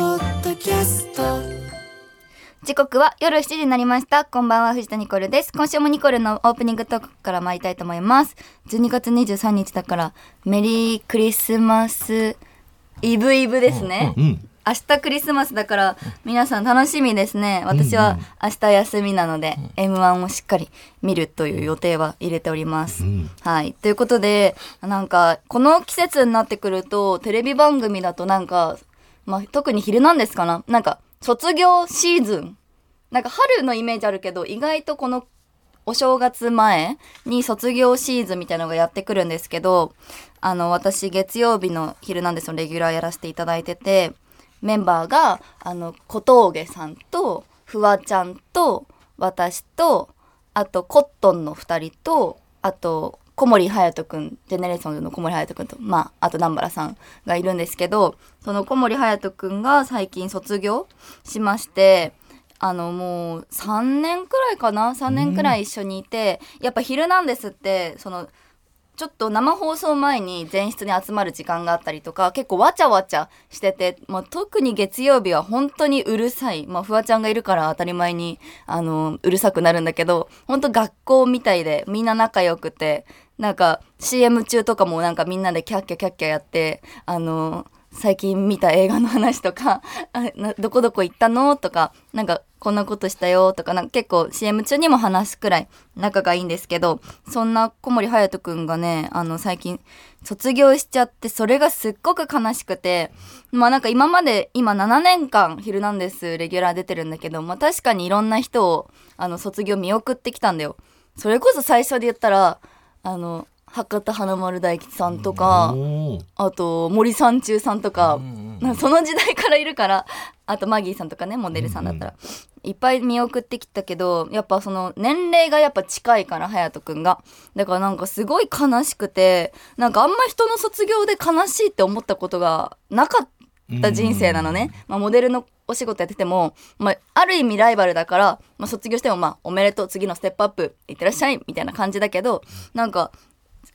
キャスト時刻は夜7時になりました。こんばんは、藤田ニコルです。今週もニコルのオープニングトークから参りたいと思います。12月23日だから、メリークリスマスイブイブですね。うん。明日クリスマスだから、皆さん楽しみですね。私は明日休みなので、M1 をしっかり見るという予定は入れております。うん。はい。ということで、なんか、この季節になってくると、テレビ番組だとなんか、まあ、特に昼なんですかななんか、卒業シーズン。なんか、春のイメージあるけど、意外とこの、お正月前に卒業シーズンみたいなのがやってくるんですけど、あの、私、月曜日の昼なんですよ、レギュラーやらせていただいてて、メンバーが、あの、小峠さんと、フワちゃんと、私と、あと、コットンの二人と、あと、小森隼人くん、ジェネレーションズの小森隼人くんと、まあ、あと南原さんがいるんですけど、その小森隼人くんが最近卒業しまして、あの、もう、3年くらいかな ?3 年くらい一緒にいて、やっぱ昼なんですって、その、ちょっと生放送前に前室に集まる時間があったりとか、結構わちゃわちゃしてて、まあ、特に月曜日は本当にうるさい。まあ、フワちゃんがいるから当たり前に、あの、うるさくなるんだけど、本当学校みたいでみんな仲良くて、なんか CM 中とかもなんかみんなでキャッキャキャッキャやって、あの、最近見た映画の話とか、 あなどこどこ行ったのとか、なんかこんなことしたよとか、なんか結構 CM 中にも話すくらい仲がいいんですけど、そんな小森隼人くんがね、あの最近卒業しちゃって、それがすっごく悲しくて、まあなんか今まで、今7年間ヒルナンデスレギュラー出てるんだけど、まあ確かにいろんな人をあの卒業見送ってきたんだよ。それこそ最初で言ったら、あの、博多華丸大吉さんとか、おーあと森三中さんとか、んなんかその時代からいるからあとマギーさんとかねモデルさんだったら、いっぱい見送ってきたけどやっぱその年齢がやっぱ近いから隼人くんがだからなんかすごい悲しくてなんかあんま人の卒業で悲しいって思ったことがなかったった人生なのね、まあ、モデルのお仕事やってても、まあ、ある意味ライバルだから、まあ、卒業してもまあおめでとう次のステップアップいってらっしゃいみたいな感じだけどなんか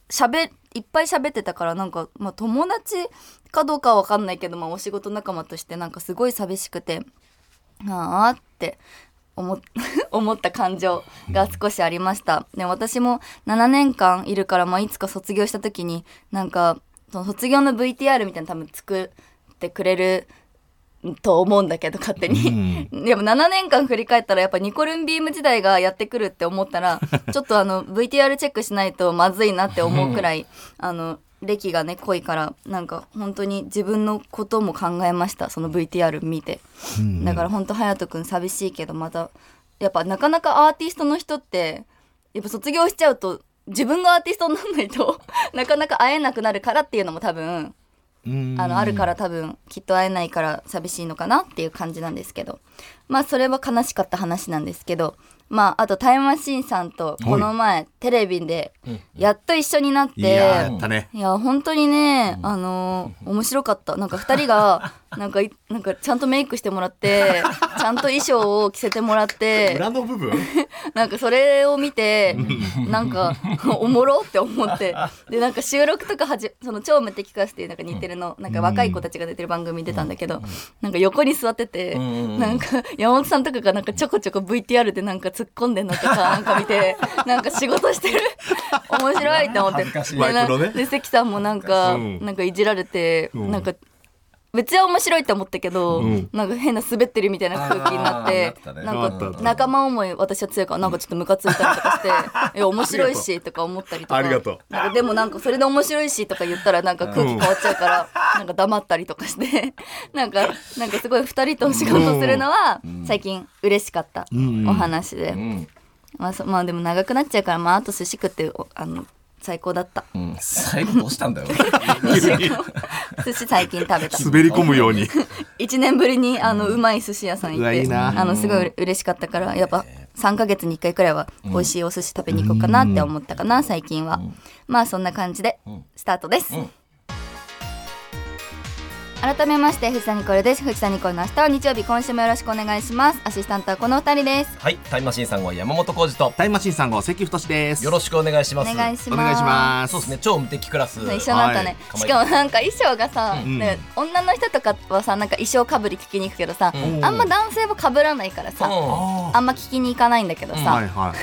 しゃべいっぱい喋ってたからなんか、まあ、友達かどうかは分かんないけど、まあ、お仕事仲間としてなんかすごい寂しくてああって思っ 思った感情が少しありました。で私も7年間いるから、まあ、いつか卒業した時になんかその卒業の VTR みたいなの多分作ってくれると思うんだけど勝手に、でも7年間振り返ったらやっぱニコルンビーム時代がやってくるって思ったらちょっとあの VTR チェックしないとまずいなって思うくらいあの歴がね濃いからなんか本当に自分のことも考えましたその VTR 見て。だから本当隼人君寂しいけどまたやっぱなかなかアーティストの人ってやっぱ卒業しちゃうと自分がアーティストにならないと なかなか会えなくなるからっていうのも多分うんあのあるから多分きっと会えないから寂しいのかなっていう感じなんですけどまあそれは悲しかった話なんですけどまああとタイムマシーンさんとこの前テレビでやっと一緒になっいやーてやったね。いや本当にね、あのー面白かったなんか2 人がなんかいなんかちゃんとメイクしてもらってちゃんと衣装を着せてもらって裏の部 分。なんかそれを見てなんかおもろって思ってでなんか収録とかはじその超無敵クラスっていうなんか似てるのなんか若い子たちが出てる番組に出たんだけどなんか横に座っててなんか山本さんとかがなんかちょこちょこ VTR でなんか突っ込んでんのとかなんか見てなんか仕事してる面白いって思って恥ずかしいでなマイクロねで関さんもなんかうんなんかいじられてうんなんか別に面白いって思ったけど、うんなんか変な滑ってるみたいな空気になってあーなってたねなんなかった仲間思い私は強いからなんかちょっとムカついたりとかして「いや面白いし」とか思ったりとかありがとうなんかでもなんかそれで面白いしとか言ったらなんか空気変わっちゃうから、なんか黙ったりとかして なんかなんかすごい2人とお仕事するのは最近嬉しかったんお話で、うん、まあ、そまあでも長くなっちゃうからまああと寿司食っておあの最高だったうん、最後どうしたんだよ。寿司最近食べ た滑り込むように。 1年ぶりにあのうまい寿司屋さん行うっわていいなあのすごい嬉しかったからやっぱ3ヶ月に1回くらいは美味しいお寿司食べに行こうかなって思ったかな最近はまあそんな感じでスタートですうん明改めまして藤田ニコルです藤田ニコルの明日は日曜日今週もよろしくお願いしますアシスタントはこの二人ですはい、タイムマシーンさんは山本浩二と、タイムマシーンさん号関太ですよろししくお願いしおます。願いしますお願いしますそうですね、超無敵クラス。一緒になったね、はいしかもなんか衣装がさ、うんね女の人とかはさなんか衣装かぶり聞きに行くけどさ、うんあんま男性はかぶらないからさ、うああんま聞きに行かないんだけどーはさ、いは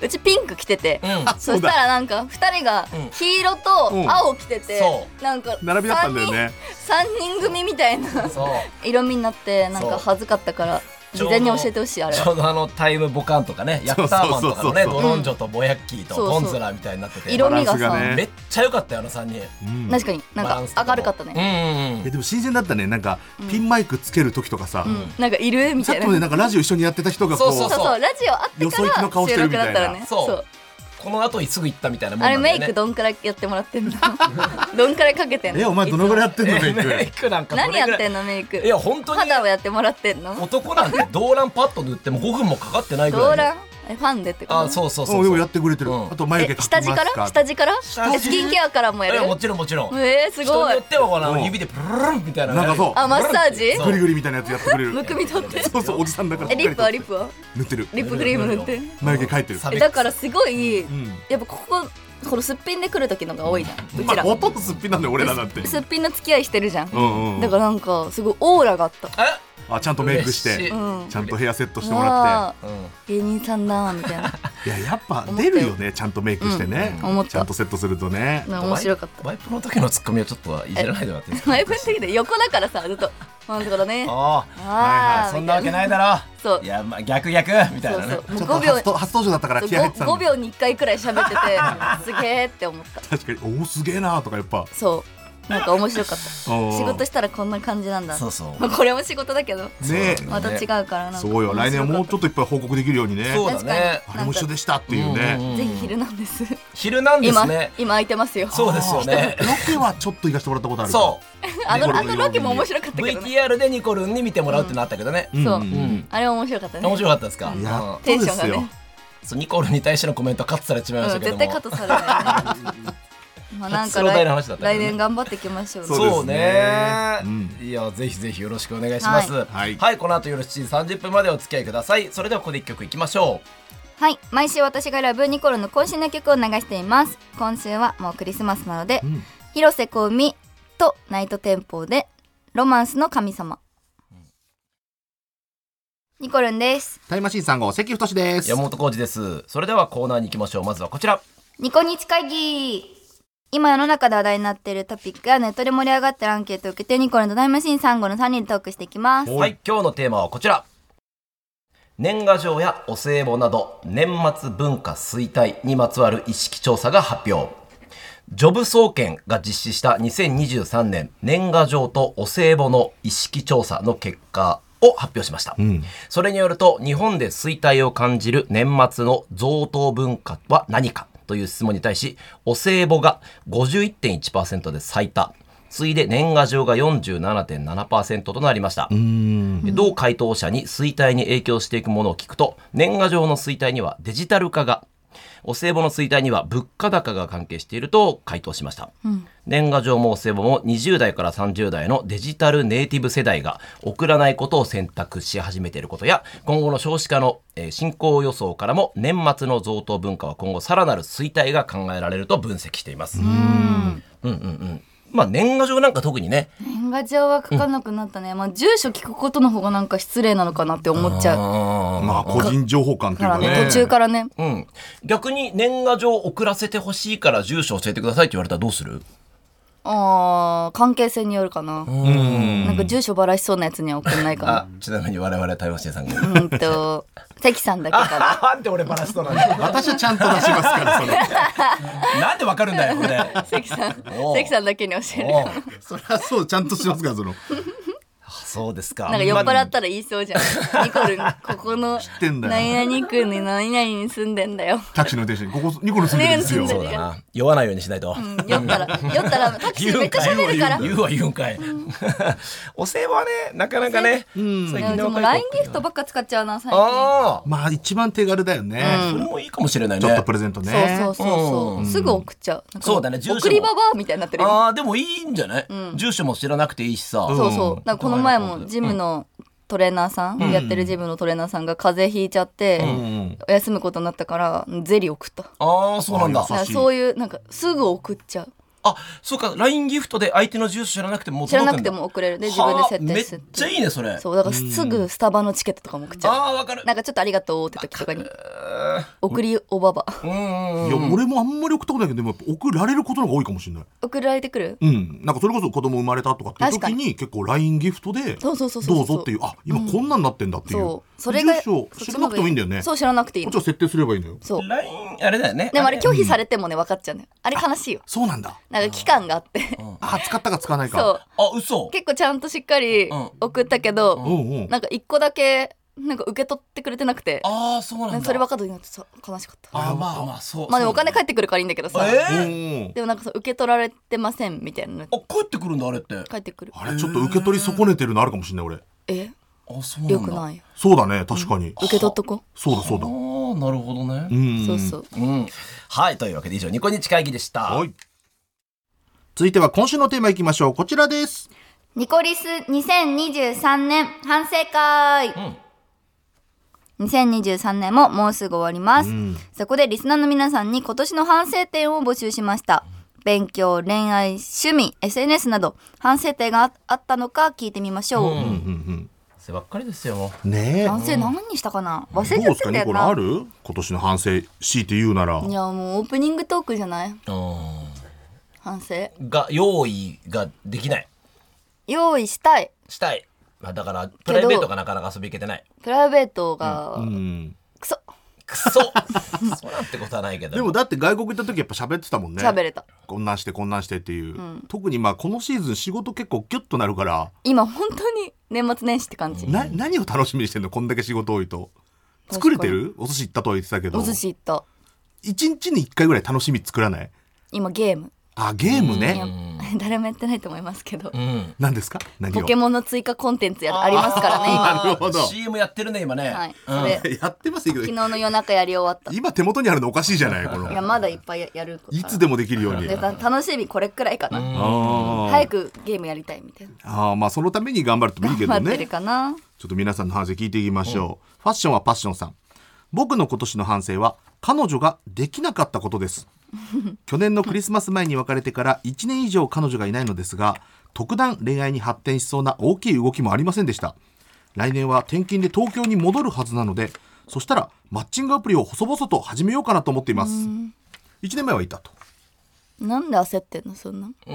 うちピンク着てて、ん。うん。そしたらなんか二人がうん黄色と青着てて、そなんかい並びだったんだよね三人三人組みたいなそう。色味になってなんそうか恥ずかったからち 事ょうど前に教えてほしいあれちはょうどあのタイムボカンとかね、ヤッターマンとかのね、そうそうそうそうドロンジョとボヤッキーとそうそトうンズラーみたいになってて、色味がバランさスがねめっちゃ良かったよあの三人。うん確かになんバランスとかも明るかったね、。うんうんうえん。でも新鮮だったねなんかうんピンマイクつける時とかさうんなんかいるみさたっいきなまでなんかラジオ一緒にやってた人がこうそうそうそうラジオあってよそ行きかの顔らして収るみ録たいだなったらねそうこの後にすぐ行ったみたいなもあんなれんだメよイね。クどんくらいやってもらっ てんのどんくらいかけてんのえお前どのぐらいやってんのメえイ クメイクなんかどれ何ぐらいやってんのメイクいや本当に肌をやってもらってんの男なんて動乱パッと塗っても5分もかかってないぐら動いの。乱えファンでってことあ、そうそうそおうでそう。もやってくれてるうんあと眉毛え描きます下地から下地から下地えスキンケアからもやいやるもちろんもちろん。えー、す人ごにいよってはこうのん指でプルルンみたいなね。なんかそうあマッサージそうグリグリみたいなやつやってくれるむくみ取ってそうそうおじさんだからえリップはリッププは塗ってるリップクリーム塗って眉毛描いてるサえビだからすごいうんやっぱこここのすっぴんで来る時のが多いじゃんう まちらあほとんどすっぴんなんだよ俺らだってすっぴんの付き合いしてるじゃんうんうんだからなんかすごいオーラがあったえあちゃんとメイクして嬉しいうんちゃんとヘアセットしてもらっわあうん。芸人さんだーみた いなていややっぱ思った出よるよねちゃんとメイクしてねうん思ったちゃんとセットするとねな面白かったワイプの時のツッコミをちょっといじらないでもらっていいですか。前分的で横だからさずっと「なんとかだね」あああ、ーそんなわけないだろ。そういやまあ逆逆みたいそうなね。そうちょもっとう5秒初と初登場だったから気合入ってた 5, んだ秒に1回くらい喋っててすげえって思った確かにおおすげえなーとかやっぱそうなんか面白かった仕仕事したらこんな感じなんだそうそうまあこれも仕事だけどねそうまた違うからなんかそうよ来年はもうちょっといっぱい報告できるようにねそう確だかにね。あれも一緒でしたっていううんうんねうんぜひ「昼なんです」昼なんです今ね。今空いてますよそうですよねあーロケはちょっと行かせてもらったことあるからそ あのねあのロケも面白かったう。けどね VTR でニコルンに見てもらうってなったけどね。そううんうん。あれ面白かったね面白かったですか。ううんんやっテとンシでョンがすよねそうニコルンに対してのコメントカットされちまいましうたんけど絶対も。カットされないね まあなんか初老大の話だ来ったから来ね年頑張っていきましょうねそうですそうねうんいやぜひぜひよろしくお願いしますははいい、はいこの後夜7時30分までお付き合いくださいそれではここで一曲いきましょはい毎週私が選ぶニコルの渾身の曲を流しています今週はもうクリスマスなので、ん広瀬香美とナイトテンポでロマンスの神様、ニコルンですタイムマシーン3号関太でうす山本浩二ですそれではコーナーに行きましょうまずはこちらニコニチ会議今世の中で話題になっているトピックやネットで盛り上がってるアンケートを受けてニコルンとタイムマシーン3号の3人でトークしていきますはい今日のテーマはこちら年賀状やお歳暮など年末文化衰退にまつわる意識調査が発表ジョブ総研が実施した2023年年賀状とお歳暮の意識調査の結果を発表しました、うんそれによると日本で衰退を感じる年末の贈答文化は何かという質問に対しお歳暮が51.1%で最多次いで年賀状が47.7%となりました同回答者に衰退に影響していくものを聞くと年賀状の衰退にはデジタル化がお歳暮の衰退には物価高が関係していると回答しました、年賀状もお歳暮も20代から30代のデジタルネイティブ世代が送らないことを選択し始めていることや今後の少子化の、えー進行予想からも年末の贈答文化は今後さらなる衰退が考えられると分析していますうんうんうんまあ年賀状なんか特にね年賀状は書かなくなったね、まあ住所聞くことの方がなんか失礼なのかなって思っちゃうあーまあ個人情報感っていかうからねね途中からねうん、逆に年賀状送らせてほしいから住所教えてくださいって言われたらどうするあー関係性によるかな、うんなんか住所ばらしそうなやつには送んないかあちなみに我々対話してさんがなうんと関さんだけかななんで俺バラしそうなんだ私はちゃんと出しますからそれ なんでわかるんだよこれ関さんおう関さんだけに教えるおうそれはそうちゃんとしますからそのそうですかなんか酔っ払まったら言いそうじゃん。ニコルン、ここのてんだよ何々君に何々に住んでんだよ。タクシーの運転手にここニコル住んでるんですねよ住そうだな酔わないようにしないと、うん酔ったら、酔ったらタクシーめっちゃ喋るから。言うわ言うんかいお世話はねなかなかねで最も若い子 LINE ギフトばっか使っちゃうな、最近。あまあ一番手軽だよね、あそれもいいかもしれないねちょっとプレゼントねそうそうそうそう、うんすぐ送っちゃう。なんかそうだね住所も送りババアみたいになってるよ。ああでもいいんじゃない、住所も知らなくていいしさそうそううん。なんかこの前もジムのトレーナーさん、やってるジムのトレーナーさんが風邪ひいちゃって、うん休むことになったから、ゼリー送った。ああそうなんだあ優しだからいそういう、なんかすぐ送っちゃう。あそうか LINE ギフトで相手の住所知らなくてももう知らな届くんだくても送れるで自分で設定するはあめっちゃいいねそれそうだからすぐスタバのチケットとかも送っちゃうああわかるなんかちょっとありがとうって時とかに送りおばばうんうんうんいや俺もあんまり送ったことないけどでもやっぱ送られることの方が多いかもしれない送られてくるうん、なんかそれこそ子供生まれたとかっていう確か時にに結構 LINE ギフトでそどううそうそうそうそうぞっていうあ今こんなんなってんだっていう、そうそれが住所知らなくてもいいんだよねそうこ知らなくていいっのちは設定すればいいんだよそう LINE あれだよねでもあれ拒否されてもね分かっちゃうのよあれ悲しいよそうなんだなんか期間があってあ使ったか使わないかそうあ嘘結構ちゃんとしっかりうん送ったけうどんうんなんか一個だけなんか受け取ってくれてなくてああそうなんだそれ分かった時になってさ悲しかったあーまあまあそうまあでもお金返っってくるからいいんだけどさえうんーうんでもなんかさ受け取られてませんみたいなあ帰ってくるんだあれって返ってくるあれちょっと受け取り損ねてるのあるかもしれない俺えあそうなんだよくないよそうだね確かに、受け取っとこそうだそうあだあなるほどねうんそうそううんはいというわけで以上ニコニチ会議でしたはい続いては今週のテーマいきましょうこちらですニコリス2023年反省会ん、 2023年ももうすぐ終わります、んそこでリスナーの皆さんに今年の反省点を募集しました勉強恋愛趣味 SNS など反省点がああったのか聞いてみましょう、うんうんせばっかりですようんねえ反省何にしたかな忘れちどうゃでっすかたんだねよこれあなる今年の反省強いて言うならいやもうオープニングトークじゃないうん反省が用意ができない用意したいしたいまあだからプライベートがなかなか遊び行けてないプライベートが、うんクソくそそうなんてことはないけどでもだって外国行った時やっぱ喋ってたもんね喋れたこんなんしてこんなんしてっていう、特にまあこのシーズン仕事結構ギュッとなるから、今本当に年末年始って感じ、な何を楽しみにしてんのこんだけ仕事多いと作れてるお寿司行ったとは言ってたけどお寿司行った一日に一回ぐらい楽しみ作らない今ゲームあゲームいやね誰もやってないと思いますけどうん何ですか何をポケモンの追加コンテンツやありますからねなる今ほど CM やってるね今ね、はいうんそれ やってますけど 昨日の夜中やり終わった今手元にあるのおかしいじゃないこのいやまだいっぱいややることいつでもできるようにでた楽しみこれくらいかなあ早くゲームやりたいみたいなーあーまあそのために頑張るともいいけど頑張ってるねかなちょっと皆さんの反省聞いていきましょう、ファッションはパッションさん僕の今年の反省は彼女ができなかったことです 去年のクリスマス前に別れてから1年以上彼女がいないのですが特段恋愛に発展しそうな大きい動きもありませんでした来年は転勤で東京に戻るはずなのでそしたらマッチングアプリを細々と始めようかなと思っています1年前はいたとなんで焦ってんのそんなあ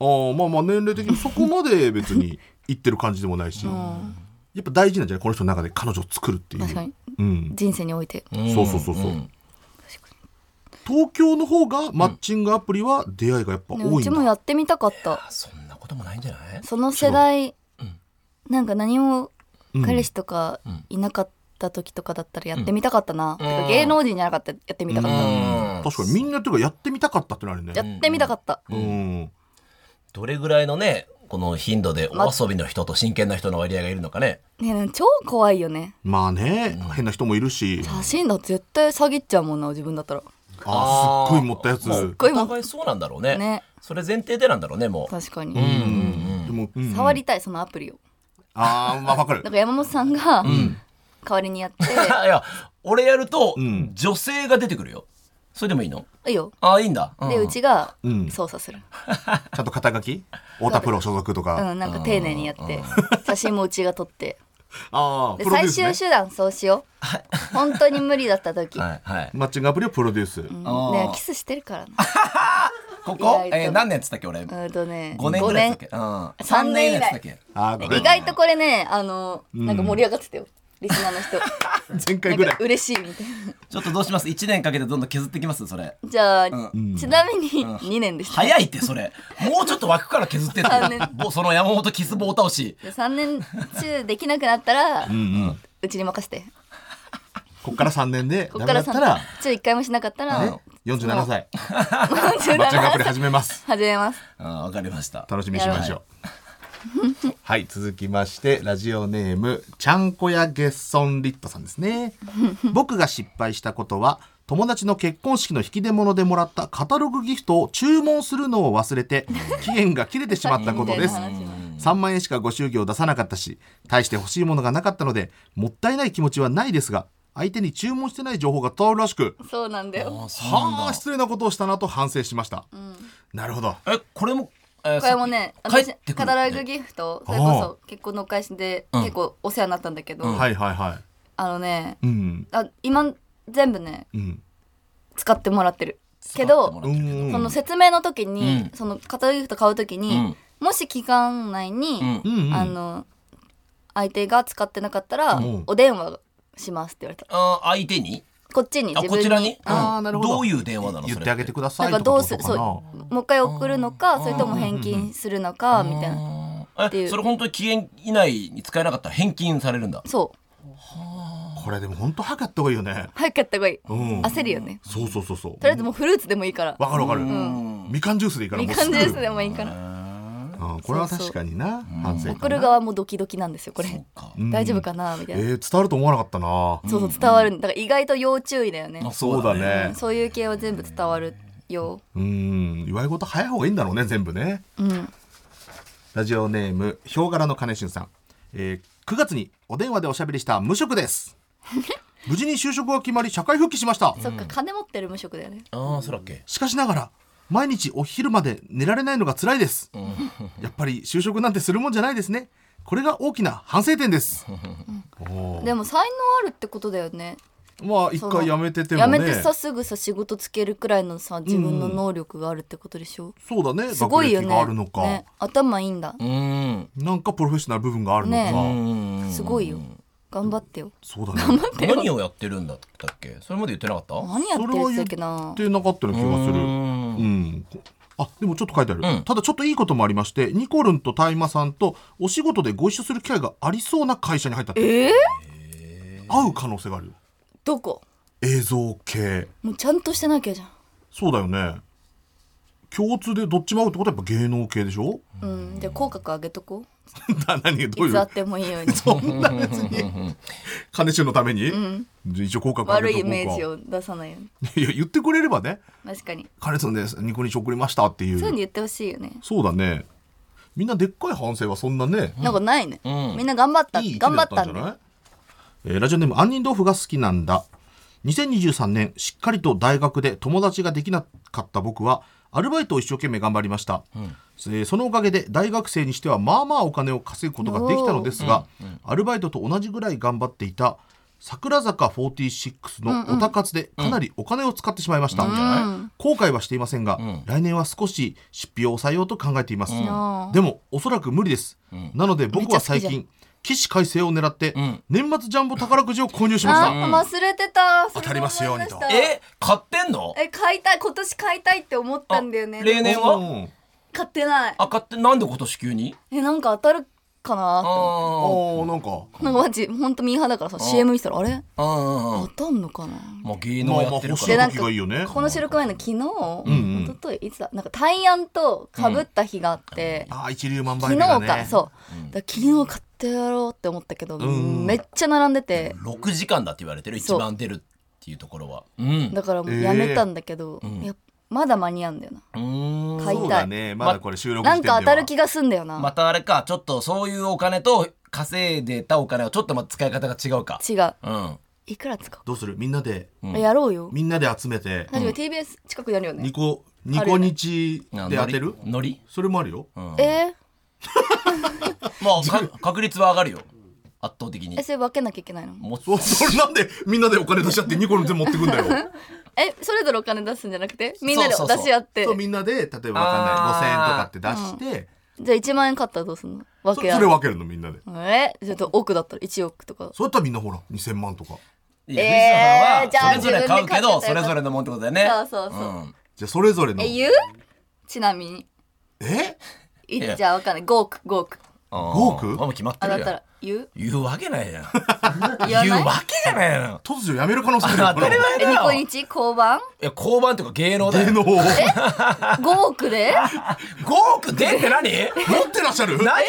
ーまあまあ年齢的にそこまで別に言ってる感じでもないし、やっぱ大事なんじゃないこの人の中で彼女を作るっていう確かにうん、人生においてそうそうそうそう、ん東京の方がマッチングアプリは出会いがやっぱね多ういんちだ、もやってみたかったそんなこともないんじゃないその世代なんか何も彼氏とかいなかった時とかだったらやってみたかったな、てか芸能人じゃなかったらやってみたかった、うん確かにみんなというかやってみたかったってのあるねやってみたかった、うんどれぐらいのねこの頻度でお遊びの人と真剣な人の割合がいるのかねねえでも超怖いよねまあね、変な人もいるし写真だ絶対詐欺っちゃうもんな自分だったらあーすっごい持ったやつもでうごいお互いそうなんだろうねねそれ前提でなんだろうねもう確かに、も、うん触りたいそのアプリをああまあわかるだから山本さんが代わりにやって、いや俺やるとん女性が出てくるよそれでもいいのいいよああいいんだ、うんでうちがうん操作する、ちゃんと肩書き太田プロ所属とうか、ん、なんか丁寧にやって写真もうちが撮ってああでプロデュー最ス、ね終、手段そうしよう本当に無理だった時、はいはいマッチングアプリをプロデュース、あーねキスしてるから意ここ外、とえー何年っつったっけ俺なうんとね5年ぐらいっつったっけ、うん、三年3年以以来内っつったっけああこれ意外とこれねあのなんか盛り上がってたよ、リスナーの人前回ぐなんらいか嬉しいみたいちょっとどうします1年かけてどんどん削ってきますそれなじゃあ、うんちなみに2年でした、早いってそれもうちょっと枠から削ってって残念ぼその山本キス棒倒しで3年中できなくなったら、ううんうんちに任せてこっから3年でこダっメかだら3ったら中1回もしなかったら、ね47歳47マッチングアプリ始めます始めますうんわかりました楽しみにしましょう はい続きましてラジオネームちゃんこやゲッソンリットさんですね僕が失敗したことは友達の結婚式の引き出物でもらったカタログギフトを注文するのを忘れて期限が切れてしまったことですうん3万円しかご祝儀を出さなかったし大して欲しいものがなかったのでもったいない気持ちはないですが相手に注文してない情報が伝わるらしくそうなんだよあそうなんはあだ失礼なことをしたなと反省しました、なるほどえこれも、えーこれもねさ帰っ私てくカるタログギフトそれこそ結婚のお返しでうん結構お世話になったんだけど、うんはいはいはあのねいうんあ今全部ねうん使ってもらってるけ使ってどもらうってるんその説明の時に、うんそのカタログギフト買う時に、もし期間内に、うんうんうんあの相手が使ってなかったら、うんお電話しますって言われたあー相手にこっちにあ自分こちらに、あーなるほどういう電話なの言ってあげてくださないんかとかどうすってこそとうかなもう一回送るのうかんそれとも返金するのかみたいななえそれ本当に期限以内に使えなかったら返金されるんだそうこれでも本当早かった方がいいよね早くやった方がいいうん焦るよねそうそうそうそとうりあえずもうフルーツでもいいからわかるわかる、んみかんジュースでいいからみもうかすんぐジュースでもいいからうんこれは確かにな反省送かるな側もドキドキなんですよこれそうかうん大丈夫かなみたえいな、ー、伝わると思わなかったなそうそう伝わるんだから意外と要注意だよねあそうだねそういう系は全部伝わるようん祝い事早い方がいいんだろうね全部ねうんラジオネームヒョウ柄の金俊さん、えー9月にお電話でおしゃべりした無職です 無事に就職が決まり社会復帰しましたそっか金持ってる無職だよねああそらっけしかしながら毎日お昼まで寝られないのが辛いですやっぱり就職なんてするもんじゃないですねこれが大きな反省点ですおーでも才能あるってことだよねまあ一その回辞めててもやねめてさすぐさ仕事つけるくらいのさ自分の能力があるってことでしょ、そうだねすごいよね学歴があるのか、ね頭いいんだ、うんなんかプロフェッショナル部分があるのか、ねうんすごいよ頑張ってよそうだね何をやってるんだったっけそれまで言ってなかった何やってるんだっけなってなかったような気がするうんうん。あ、でもちょっと書いてある。うんただちょっといいこともありまして、ニコルンとタイマさんとお仕事でご一緒する機会がありそうな会社に入ったって。えー、会う可能性があるよ。どこ映像系。もうちゃんとしてなきゃじゃんそうだよね。共通でどっちも合うってことはやっぱ芸能系でし ょうん、じゃあ口角上げとこだ何がどうういいつあっう。てもいいようにそんな別に。金衆のために、じゃあ一応広角悪いイメージを。を出さないようにいや、言ってくれればね、確かに金さんです、ニコニコ送りましたっていそういうふうにう。言ってほしいよねそうだね。みんなでっかい反省はそんなね、なんかないね、うんみんな頑張ったいい一頑年張だっったたんじんゃだなよい、えーラジオネーム杏仁豆腐が好きなんだ2023年しっかりと大学で友達ができなかった僕はアルバイトを一生懸命頑張りました、えーそのおかげで大学生にしてはまあまあお金を稼ぐことができたのですが、アルバイトと同じぐらい頑張っていた桜坂46のおたかつでかなりお金を使ってしまいました、後悔はしていませんが、来年は少し出費を抑えようと考えています、んでもおそらく無理です、なので僕は最めっちゃ好きじゃ近起死回生を狙って、ん年末ジャンボ宝くじを購入しました、あ忘れてた当たりますようにとそれで思い出したえ買ってんのえ買いたい今年買いたいって思ったんだよね例年うはん買ってないあ買ってなんで今年急にえなんか当たるかなって思ああーなんかってなんかマジほんとミーハーだからさ CM 見てたらあれあうんうん当たんのかなまあ芸ま能あやまっあてる欲かしでいらなん時かがいいよねこの収録前の昨日、んうん一昨日いつだなんか大安と被った日があって、あー一粒万倍昨日が日ねかそう、だから昨日買ってやろうって思ったけど、んめっちゃ並んでて6時間だって言われてる一そう番出るっていうところはうんだからもうやめたんだけど、いやまだ間に合うんだよな、うーん買いそうただい、ねまだこれ収録時な点んではか当たる気がすんだよな、またあれかちょっとそういうお金と稼いでたお金はちょっとまあ使い方が違うか違ううんいくら使う、どうするみんなでやろうよみんなで集めて確かに TBS 近くにあるよねニ、コニコ日あで当てるのりのりそれもあるよえまあか確率は上がるよ圧倒的にー、えそれ分けなきゃいけないのもうそそれなんでみんなでお金出し合ってニコルン全部持ってくんだ よえそれぞれお金出すんじゃなくてみんなでそうそうそう出し合ってそうみんなで例えばわかんないあー5000円とかって出して、じゃあ1万円買ったらどうすんの分そけれ合そうれ分けるのみんなでえちょっと億だったら1億とかそうやったらみんなほら2000万とかいえー藤田さんはそれぞれ買うけじゃどあ自分で買っちゃったよそれぞれのもんってことだよねそうそうそうじゃあそれぞれのええ言うちなみにいやじゃあ分かんない5億5億5 5億もう決まってあだっるたやんら言う言うわけないやん言わない言うわけがないやん突如やめる可能性 あ当るたりよ前えだニコよイチ交番いや交番とか芸能だ 芸よ能を持っ5億で5億でって何てらっしゃる何5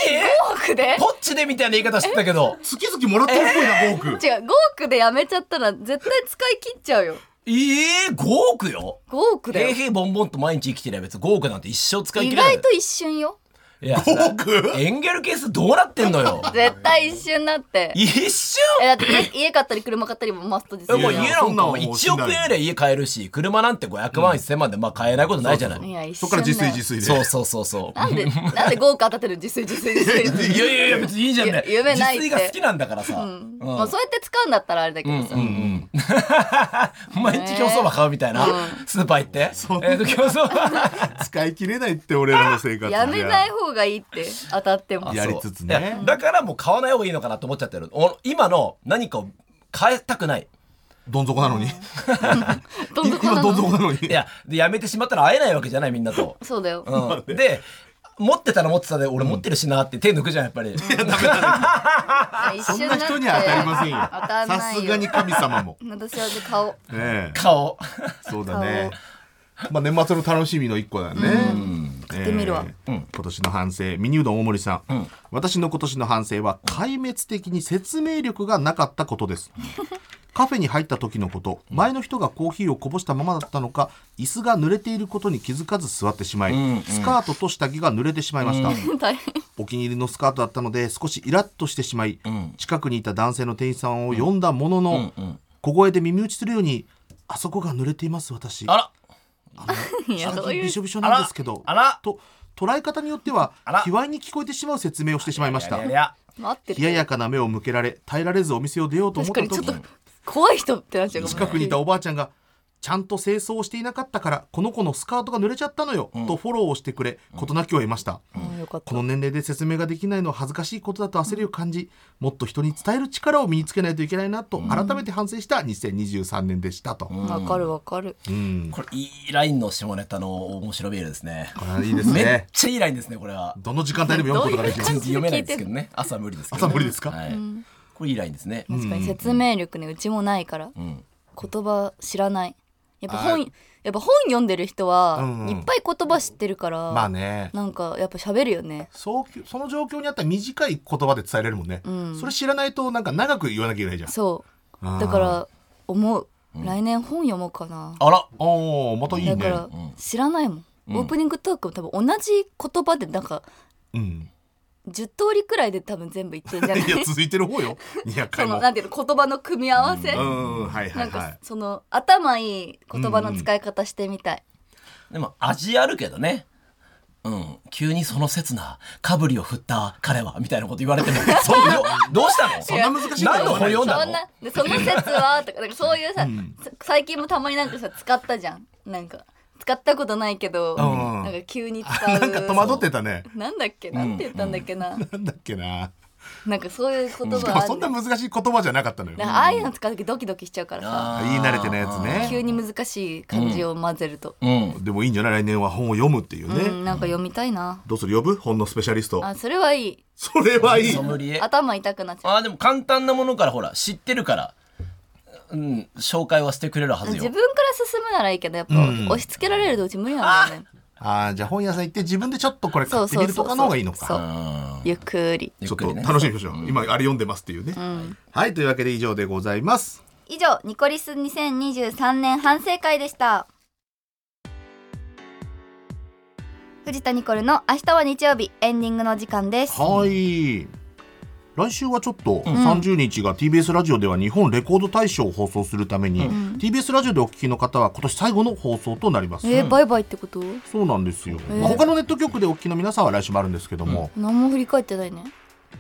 億でポッチでみたいな言い方してたけど月々もらってるっぽいな5億違う5億でやめちゃったら絶対使い切っちゃうよええ5億よ5億だ平よ平ボンボンと毎日生きてりゃ別に5億なんて一生使い意切れない外と一瞬よいや5億エンゲル係数どうなってんのよ絶対一瞬だって一瞬えだって家家買ったり車買ったりもマストですでよもやう家いなんかそんなももうん1億円ありゃ家買えるし車なんて500万1000万でまあ買えないことないじゃない、いや一瞬そっから自炊だよ自炊でそうそうそうそうなんでなんで5億当たってるの自炊自炊自炊いやいやいや別にいいじゃんねゆ夢ないって自炊が好きなんだからさ、うんまあそうやって使うんだったらあれだけどさ、 毎日競走馬買うみたいな、スーパー行ってえーと競走馬使い切れないって俺らの生活じゃやめない方がいいって当たってもやりつついやねだからもう買わない方がいいのかなと思っちゃってるお今の何かを変えたくないどん底なのに どん底今などん底の なのにいやでやめてしまったら会えないわけじゃないみんなと、そうだよ、うん、で持ってたら持ってたで俺持ってるしなって手抜くじゃんやっぱり、一そん瞬だなって人には当たりませんよ 当たんないよさすがに神様も私は顔ねえ顔そうだねまあ年末の楽しみの一個だね買ってみるわ今年の反省ミニうどん大森さん私の今年の反省は壊滅的に説明力がなかったことですカフェに入った時のこと前の人がコーヒーをこぼしたままだったのか椅子が濡れていることに気づかず座ってしまいスカートと下着が濡れてしまいました大変お気に入りのスカートだったので少しイラッとしてしまい、近くにいた男性の店員さんを呼んだものの、小声で耳打ちするように「あそこが濡れています私」あらいや下どう着いびうしょびしょなんですけど」あらと捉え方によってはあら卑猥に聞こえてしまう説明をしてしまいましたいやいや待って冷るややかな目を向けられ耐えられずお店を出ようと思確っかたにちょっ時と怖い人ってなっちゃうかも近くにいたおばあちゃんが「ちゃんと清掃をしていなかったからこの子のスカートが濡れちゃったのよ」とフォローをしてくれ事なきを得ました、うんよかっこたの年齢で説明ができないのは恥ずかしいことだと焦りを感じ、もっと人に伝える力を身につけないといけないなと改めて反省した2023年でしたと。わかるわかるうん、これいいラインの下ネタの面白ビールですねこれはいいですめっね。ちゃいいラインですねこれはどの時間帯でも読むことができま全す。然読めないですけどね朝無理ですけど、朝無理ですかはいこれいいラインですね確かに説明力ねうちもないからうん言葉知らないやっぱあ本やっぱ本読んでる人うんはうんいっぱい言葉知ってるから、まあね。なんかやっぱ喋るよねそうきその状況にあったら短い言葉で伝えれるもんね、それ知らないとなんか長く言わなきゃいけないじゃんそうあーだから思う来年本読もうかな、あらおーまたいいねだから知らないもん、オープニングトークも多分同じ言葉でなんかうん、 10通りくらいで多分全部言ってんじゃないいや続いてる方よ200そ回のもなんていうの言葉の組み合わせ、うんはいはないんはかいその頭いい言葉の使い方してみたい、でも味あるけどね。うん、急にその刹那、かぶりを振った彼は、みたいなこと言われ ても、そんなどうしたのそそんな難しい何のこ本と読んそだのんなでその説はとかなんかそういうさ、さ最近もたまになんかさ使ったじゃんなんか使ったことないけど、んなんか急に使うなんか戸惑ってたねなんだっけなんて言ったんだっけな、なんだっけななんかそういう言しかも葉あそるんな難しい言葉じゃなかったのよなんかああいうの使う時ドキドキしちゃうからさ言い慣れてないやつね急に難しい漢字を混ぜると、うん。でもいいんじゃない来年は本を読むっていうね、うんなんか読みたいなどうする呼ぶ本のスペシャリストあそれはいいそれはいいソムリエ。あ頭痛くなっちゃうあー、でも簡単なものから、ほら、知ってるから、うん、紹介はしてくれるはず自分よか。ら進むならいいけどやっぱ押し付けられるとうち無理なんだよね、ああじゃあ本屋さん行って自分でちょっとこれ買ってみるとかの方がいいのかそううん。ゆっくりゆちっょっくとりね。楽しみにしましょう、今あれ読んでますっていうね、はいというわけで以上でございます以上ニコリス2023年反省会でした藤田ニコルの明日は日曜日エンディングの時間ですはい来週はちょっと30日が TBS ラジオでは日本レコード大賞を放送するために、TBS ラジオでお聞きの方は今年最後の放送となります、えーバイバイってことそうなんですよ、ーまあ他のネット局でお聞きの皆さんは来週もあるんですけども、何も振り返ってないね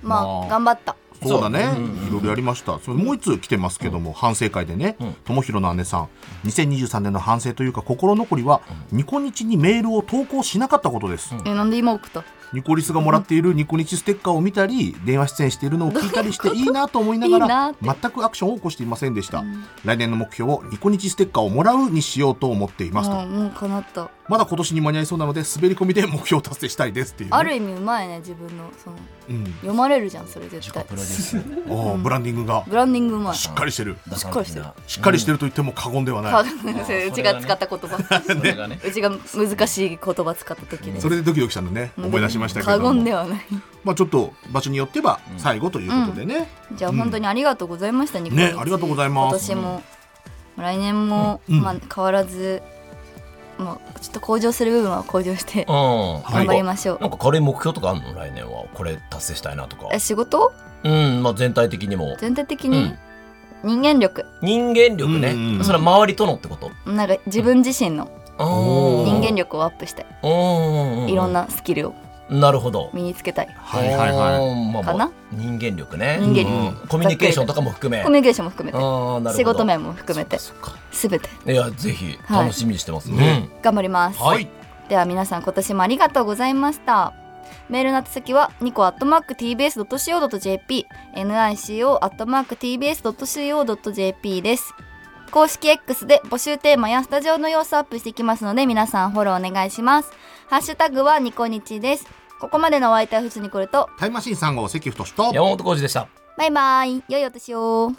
まあ、まあ頑張ったそうだね、いろいろやりました。それもう一通来てますけども、反省会でね、ともひろの姉さん、2023年の反省というか心残りは、ニコニチにメールを投稿しなかったことです。えなんで今送ったニコリスがもらっているニコニチステッカーを見たり電話出演しているのを聞いたりしていいなと思いながいいならって全くアクションを起こしていませんでした、来年の目標をニコニチステッカーをもらうにしようと思っていますと、もうもう叶ったまだ今年に間に合いそうなので滑り込みで目標達成したいですっていうね、ある意味うまいね自分のそのうん読まれるじゃんそれ絶対プロデュースああブランディングがブランディングうまいしっかりしてるしっかりしてるしっかりしてると言っても過言ではない、かうちが使った言葉それがねうちが難しい言葉使った時にそれでドキドキしたのね思い出しましたけ過ど言もではないまあちょっと場所によっては最後ということでね、じゃあ本当にありがとうございました、ニコねニチありがとうございます今年も、来年も、うんまあ、変わらず、まあ、ちょっと向上する部分は向上してうんはい頑張りましょう、なんか軽い目標とかあるの来年はこれ達成したいなとかえ仕事うんまあ全体的にも全体的に人間力、人間力ね、うんうんそれは周りとのってことなんか自分自身のおー人間力力をアップしたい、うんいろんなスキルをなるほど身につけたい、はいはいはいいまあかな人間力ね人間力うんコミュニケーションとかも含めコミュニケーションも含めてあーなるほど仕事面も含めてそっかそっ全てかいやぜひはい楽しみにしてますねね、頑張ります、はいでは皆さん今年もありがとうございましたメールの宛先はニコアットマーク TBS.CO.JP NICO アットマーク TBS.CO.JP です公式 X で募集テーマやスタジオの様子をアップしていきますので皆さんフォローお願いしますハッシュタグはニコニチですここまでのお相手はフジニコルとタイムマシーン3号関太と山本浩二でしたバイバイ良いお年を